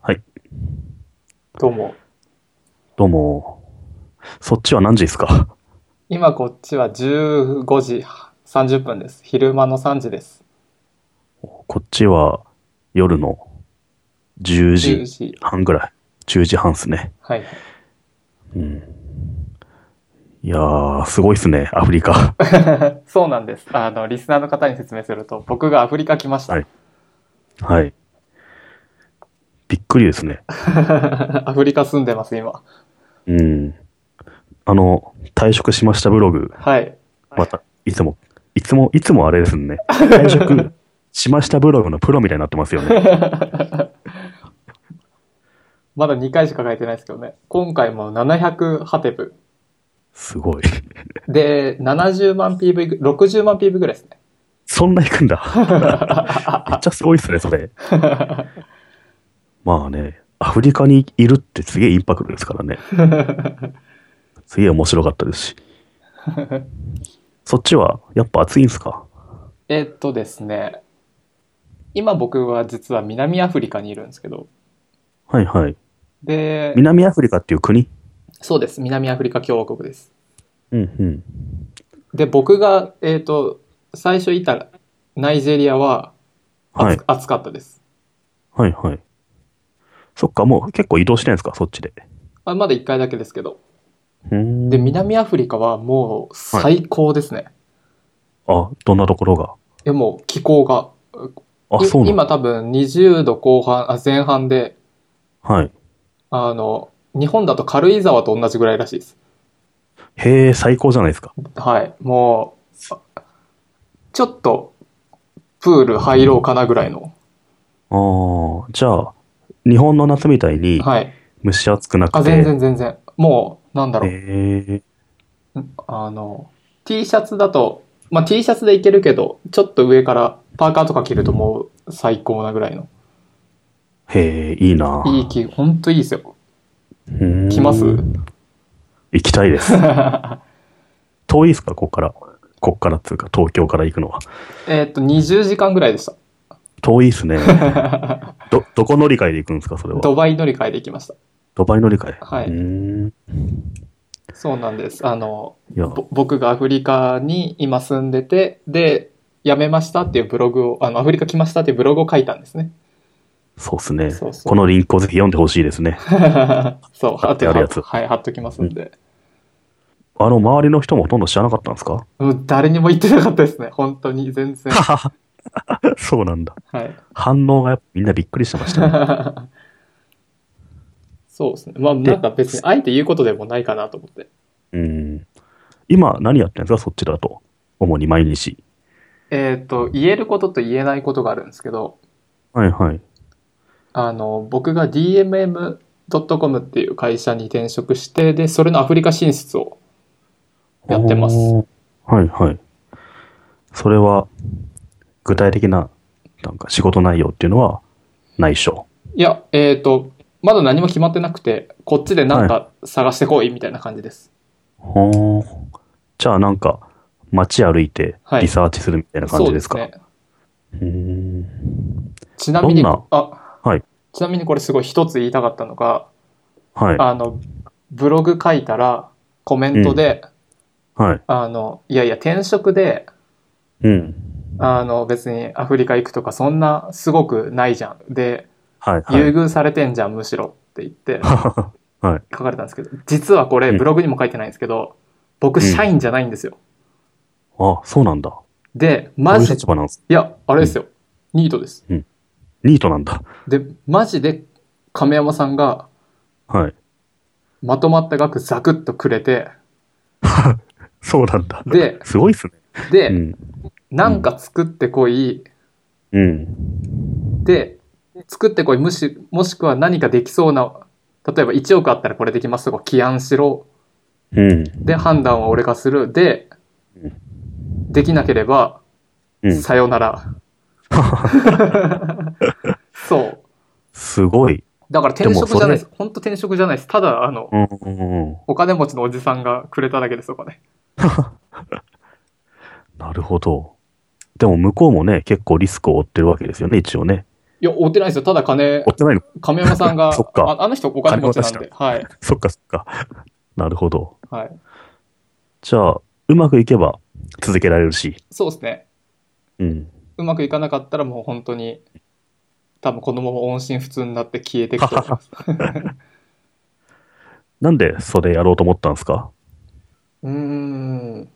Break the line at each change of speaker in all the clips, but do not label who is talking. はい。
どうも。
どうも。そっちは何時ですか
今こっちは15時30分です。昼間の3時です。
こっちは夜の10
10
時
時。
半ぐらい。10時半っすね。
はい。
うん。いやー、すごいっすね、アフリ カ。
そうなんです。あの、リスナーの方に説明すると、僕がアフリカ来ました。
はいはい。びっくりですね。
アフリカ住んでます、今。
うん。あの、退職しましたブログ、
はい。
また、いつも、いつも、いつもあれですね。退職しましたブログのプロみたいになってますよ ね。
まだ2回しか書いてないですけどね。今回も700ハテブ。
すごい。
で、70万 PV ぐ、60万 PV ぐらいですね。
そんな行くん だ。めっちゃすごいっすね、それ。まあね、アフリカにいるってすげえインパクトですからね。すげえ面白かったですし。そっちはやっぱ暑いんすか
えっとですね。今僕は実は南アフリカにいるんですけど。
はいはい。
で、
南アフリカっていう国
そうです。南アフリカ共和国です。
うんうん。
で僕が、えー、と最初いたナイジェリアは暑,、
はい。
暑かったです
はいはい。そっか、もう結構移動してんですかそっちで。
あまだ1回だけですけど
うーん
で南アフリカはもう最高ですね、
あ、どんなところが。
い、やもう気候が
あ、
い
そうなんだ。
今多分20度後半あ前半で
はい。
あの日本だと軽井沢と同じぐらいらしいです
へえ、最高じゃないですか。
はいもうあちょっとプール入ろうかなぐらいの、
ああ、じゃあ、日本の夏みたいに
はい
蒸し暑くなくて。
あ全然全然もうなんだろう
へえ。
あの、T シャツだと、まあ、T シャツでいけるけど、ちょっと上からパーカーとか着るともう最高なぐらいの。
へえ、いいない
い気、ほんといいですよ。来
来
ます
行きたいです。遠いですか、ここから。ここからっていうか、東京から行くのは。
えっと、20時間ぐらいでした。
遠いです ね。ど、どこ乗り換えで行くんですか、それは。
ドバイ乗り換えで行きました。
ドバイ乗り換え。
はいう
ーん。
そうなんです。あの、
いや、
ぼ僕がアフリカに今住んでて、で、辞めましたっていうブログを、あの、アフリカ来ましたっていうブログを書いたんです ね。
そうですね。
そうそう
このリンクをぜひ読んでほしいです ね。
そう、
貼ってあるやつ
はい、貼っときますんで。
あの、周りの人もほとんど知らなかったんです か
もう誰にも言ってなかったですね。本当に、全然。
そうなんだ。
はい。
反応がやっぱみんなびっくりしてましたね。
そうですね。まあ、
で
なんか別に、あえて言うことでもないかなと思って。
うん。今、何やってるんですか、そっちだと。主に毎日。
えっ、と、言えることと言えないことがあるんですけど、
はいはい。
あの、僕が DMM.com っていう会社に転職して、で、それのアフリカ進出をやってます。
おーはいはい。それは、具体的な、なんか仕事内容っていうのは、内緒。
いや、えっ、と、まだ何も決まってなくて、こっちでなんか探してこいみたいな感じです。
ほーじゃあなんか、街歩いて
はい
リサーチするみたいな感
そ
じ
うで
です
す
か。
ね。
うーん
ちなみ
ど
に、
んな
あ、
はい
ちなみにこれすごい一つ言いたかったのが、
はい。
あの、ブログ書いたら、コメントで、
はい。
あの、いやいや、転職で、
うん。
あの、別にアフリカ行くとか、そんなすごくないじゃん。で、
はいはい。
優遇されてんじゃん、むしろって言って
はい。
書かれたんですけど、実はこれ、
うん
ブログにも書いてないんですけど、
う
僕、
ん
社員じゃないんですよ。
あ、そうなんだ。
で、
ど
マ
ういう
ジ、い
立場なんです
や、あれですよ。ニートです。
ニートなんだ。
で、マジで、亀山さんが、
はい。
まとまった額ザクッとくれて、
そうなんだ。
で
すごいっすね。
で、
うん。
なんか作ってこい、
うん。
で作ってこいもしもしくは何かできそうな例えば1億あったらこれできますとか起案しろ
うん。
で判断は俺がするで
うん
できなければ
うん。
さよなら、そう
すごい。
だから転職じゃないで
です
本当転職じゃないですただあの
うんうんうん。
お金持ちのおじさんがくれただけですお金
なるほど。でも向こうもね、結構リスクを負ってるわけですよね、一応ね。
いや、追ってないですよ。ただ金
追、ってないの
亀山さんが
そっ、か
ああの人お金持ちなんで。はい。
そっかそっか。なるほど。
はい。
じゃあ、うまくいけば続けられるし。
そうですね。
うん。
うまくいかなかったらもう本当に、多分このまま音信不通になって消えていくと思い ます。
なんでそれやろうと思ったんですか
うーん。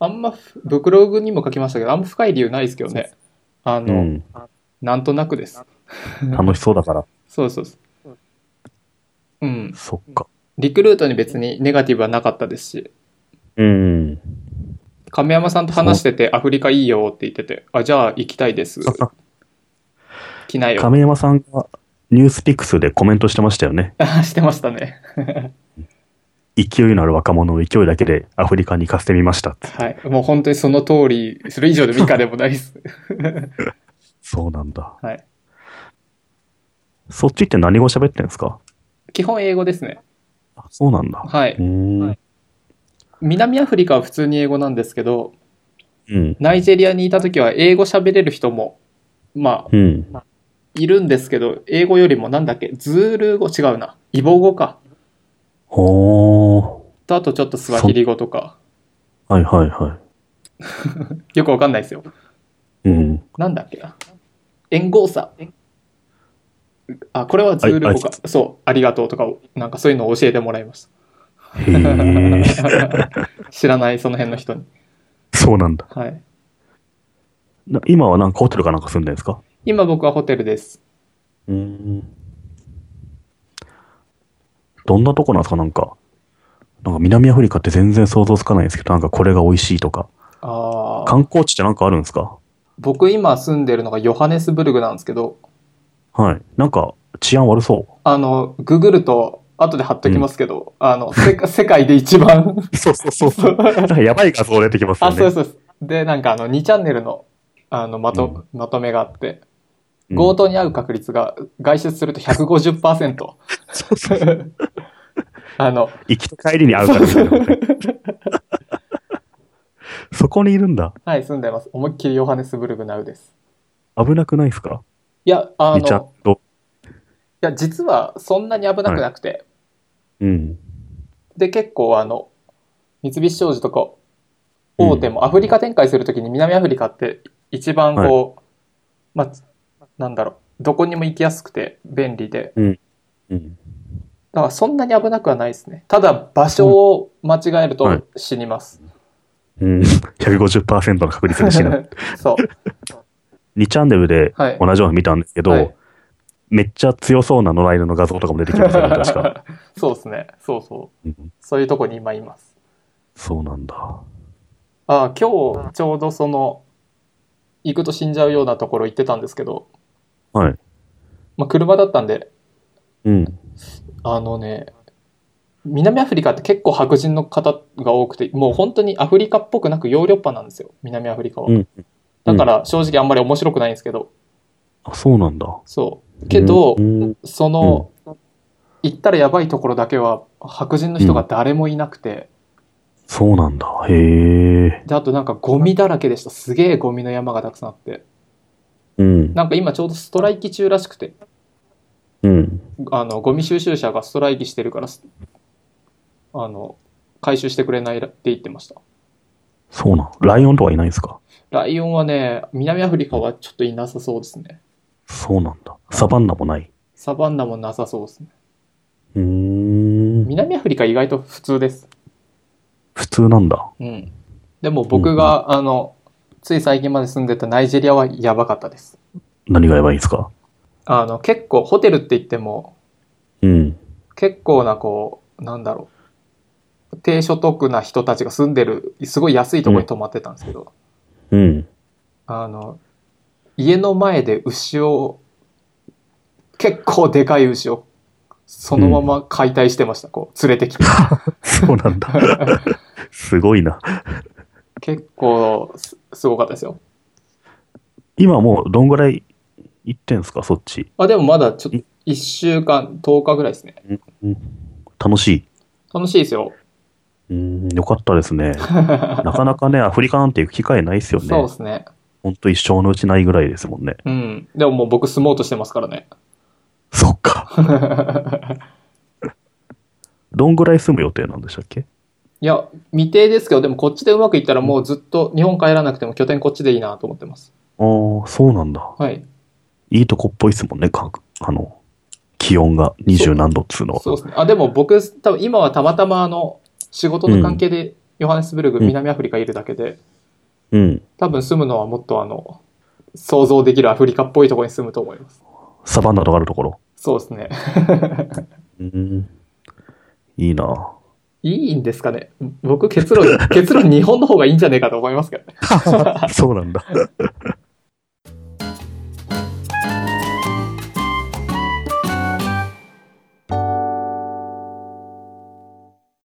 あんまふ、ブクログにも書きましたけど、あんま深い理由ないですけどね。あ
う
の、
ん。
なんとなくです。
楽しそうだから。
そうそうそう。うん。
そっか。
リクルートに別にネガティブはなかったですし、
うん。
亀山さんと話してて、アフリカいいよって言ってて、あ、じゃあ行きたいです。来ないよ。
亀山さんがニュースピックスでコメントしてましたよね。
してましたね。
勢いのある若者の勢いだけでアフリカに行かせてみましたって。
はい。もう本当にその通り、それ以上でも以下でもないです。
そうなんだ。
はい。
そっちって何語喋ってんですか
基本英語ですね。
あそうなんだ。
は
うー
い。
ん。
はい南アフリカは普通に英語なんですけど、
うん。
ナイジェリアにいた時は英語喋れる人も、まあ、
うん。
いるんですけど、英語よりもなんだっけ、ズール語違うな。イボ語か。
ほー。
と、あとちょっとスワヒリ語とか。
はいはいは
よくわかんないですよ。
い。うん。
なんだっけな。縁合差。あ、これはズール語か
ああ。
そう、ありがとうとかを、なんかそういうのを教えてもらいまし
へえ。
た。 知らない、その辺の人に。
そうなんだ。
はい。
な今はなんかホテルかなんか住んでるんですか
今僕はホテルです。
うん。どんなとこなんですかなんか。なんか南アフリカって全然想像つかないんですけど、なんかこれが美味しいとか。
ああ。
観光地ってなんかあるんですか
僕今住んでるのがヨハネスブルグなんですけど、
はい。なんか治安悪そ
あの、ググると、後で貼っときますけど、あの、せ か世界で一番、
う。そうそうそうそう。 なんかやばい画像出てきますよ
あ、
ね。
そうですそうです。で、なんかあの、2チャンネルの、あの、まと、まとめがあって、強盗に遭う確率が、外出すると150%。
そうそうそう
あの、
行きと帰りに会うからみたいなことね。 そこにいるんだ。
はい、住んでます。思いっきりヨハネスブルグナウです。
危なくないですか
いや、あ
リチャ
の
ー、ド。
いや、実はそんなに危なくなくて、
うん。
で、結構あの、三菱商事とか、大手もアフリカ展開するときに南アフリカって一番こう、まあ、なんだろう、どこにも行きやすくて便利で、
うん。
だからそんなに危なくはないですね。ただ、場所を間違える
はい
と死にます。
うん。150%の確率で死 ぬ。
そう。
2チャンネルで
はい
同じようなの見たんですけど、
はい
めっちゃ強そうな野良犬の画像とかも出てきますよね、確 か。
そうですね。そうそう。
うん
そういうとこに今います。
そうなんだ。
ああ、今日ちょうどその、行くと死んじゃうようなところ行ってたんですけど、
はい。
まあ、車だったんで、
うん。
あのね、南アフリカって結構白人の方が多くて、もう本当にアフリカっぽくなくヨーロッパなんですよ、南アフリカは。
うん
だから正直あんまり面白くないんですけど、
あ、そうなんだ。
そう。けど
う、ん
その、行ったらやばいところだけは白人の人が誰もいなくて、
そうなんだ。へえ。
で、あとなんかゴミだらけでした。すげえゴミの山がたくさんあって。
うん。
なんか今ちょうどストライキ中らしくて、
うん。
あのゴミ収集車がストライキしてるからすあの回収してくれないらって言ってました
そうなん。ライオンとかいないんですか
ライオンはね南アフリカはちょっといなさそうですね
そうなんだ。サバンナもない。
サバンナもなさそうですね
うーん。
南アフリカ意外と普通です
普通なんだ。
うんでも僕が、あのつい最近まで住んでたナイジェリアはやばかったです
何がやばいんですか
あの結構ホテルって言っても
うん。
結構なこうなんだろう低所得な人たちが住んでるすごい安いところに泊まってたんですけど、
うん。
あの、家の前で牛を、結構でかい牛を、そのまま解体してました、こう、連れてきて。
そうなん だ。すごいな。
結構す、すごかったですよ。
今もうどんぐらい行ってんですかそっち。
あ、でもまだちょっと、1週間、10日ぐらいですね。
楽しい。
楽しいですよ。
うーん、よかったですね。なかなかね、アフリカなんて行く機会ないですよね。
そうですね。
ほんと一生のうちないぐらいですもんね。
うん。でももう僕住もうとしてますか らね。
そっか。どんぐらい住む予定なんでしたっけ
いや、未定ですけど、でもこっちでうまくいったらもうずっと日本帰らなくても拠点こっちでいいなと思ってます。
ああ、そうなんだ。
はい。
いいとこっぽいですもんね、かあの、気温が二十何度っつうのは。
そうですね。あ、でも僕、多分今はたまたまあの、仕事の関係でヨハネスブルグ、
うん
南アフリカいるだけで、
うん。
多分住むのはもっとあの、想像できるアフリカっぽいところに住むと思います。
サバンナとかあるところ。
そうですね。
うん。いいな。
いいんですかね僕結論、結論日本の方がいいんじゃねえかと思いますけどね。
そうなんだ。